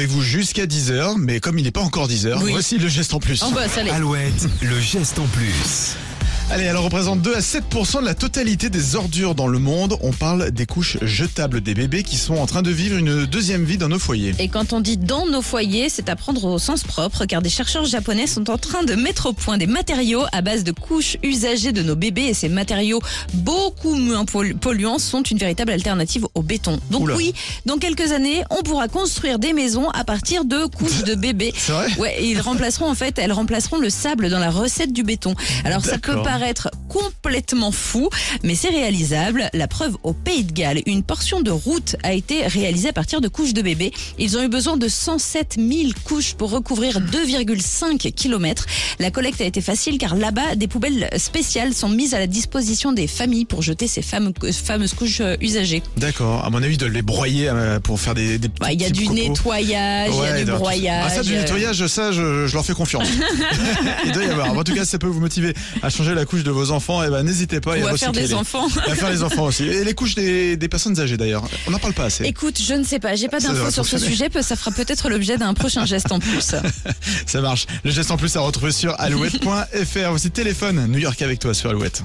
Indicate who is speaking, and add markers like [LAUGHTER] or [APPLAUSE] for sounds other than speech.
Speaker 1: Et vous jusqu'à 10h, mais comme il n'est pas encore 10h,
Speaker 2: Oui.
Speaker 1: voici le geste en plus.
Speaker 2: En bosse, allez.
Speaker 3: Alouette, le geste en plus.
Speaker 1: Allez, elle représente 2 à 7% de la totalité des ordures dans le monde. On parle des couches jetables des bébés qui sont en train de vivre une deuxième vie dans nos foyers.
Speaker 2: Et quand on dit dans nos foyers, c'est à prendre au sens propre, car des chercheurs japonais sont en train de mettre au point des matériaux à base de couches usagées de nos bébés, et ces matériaux beaucoup moins pollu- polluants sont une véritable alternative au béton. Donc
Speaker 1: Oula.
Speaker 2: oui, dans quelques années, on pourra construire des maisons à partir de couches de bébés.
Speaker 1: C'est vrai
Speaker 2: Ouais, et ils remplaceront en fait, elles remplaceront le sable dans la recette du béton. Alors ça peut
Speaker 1: D'accord.
Speaker 2: paraître complètement fou, mais c'est réalisable. La preuve au Pays de Galles, une portion de route a été réalisée à partir de couches de bébés. Ils ont eu besoin de 107 000 couches pour recouvrir 2,5 km. La collecte a été facile car là-bas, des poubelles spéciales sont mises à la disposition des familles pour jeter ces fameux- fameuses couches euh, usagées.
Speaker 1: D'accord. À mon avis, de les broyer euh, pour faire des, des petits.
Speaker 2: Bah, Il y a
Speaker 1: petits
Speaker 2: du
Speaker 1: cocos.
Speaker 2: nettoyage, il y
Speaker 1: Ouais,
Speaker 2: a du
Speaker 1: dans tout ça.
Speaker 2: broyage.
Speaker 1: Ah, ça, du
Speaker 2: euh,
Speaker 1: nettoyage, ça, je, je leur fais
Speaker 2: [LAUGHS]
Speaker 1: confiance. il doit y avoir. En tout cas, ça peut vous motiver à changer la couche de vos enfants. Et ben, n'hésitez pas. et
Speaker 2: ou
Speaker 1: à
Speaker 2: à faire des
Speaker 1: recycler.
Speaker 2: enfants.
Speaker 1: Et à faire les enfants aussi. Et les couches des, des personnes âgées d'ailleurs. On n'en parle pas assez.
Speaker 2: Écoute, je ne sais pas, j'ai pas
Speaker 1: Ça
Speaker 2: d'infos
Speaker 1: devrait
Speaker 2: sur ce
Speaker 1: fonctionner.
Speaker 2: sujet, peut- ça fera peut-être l'objet d'un prochain geste en
Speaker 1: [LAUGHS]
Speaker 2: plus.
Speaker 1: Ça marche. Le geste en plus à retrouver sur alouette.fr. Voici téléphone New York avec toi sur Alouette.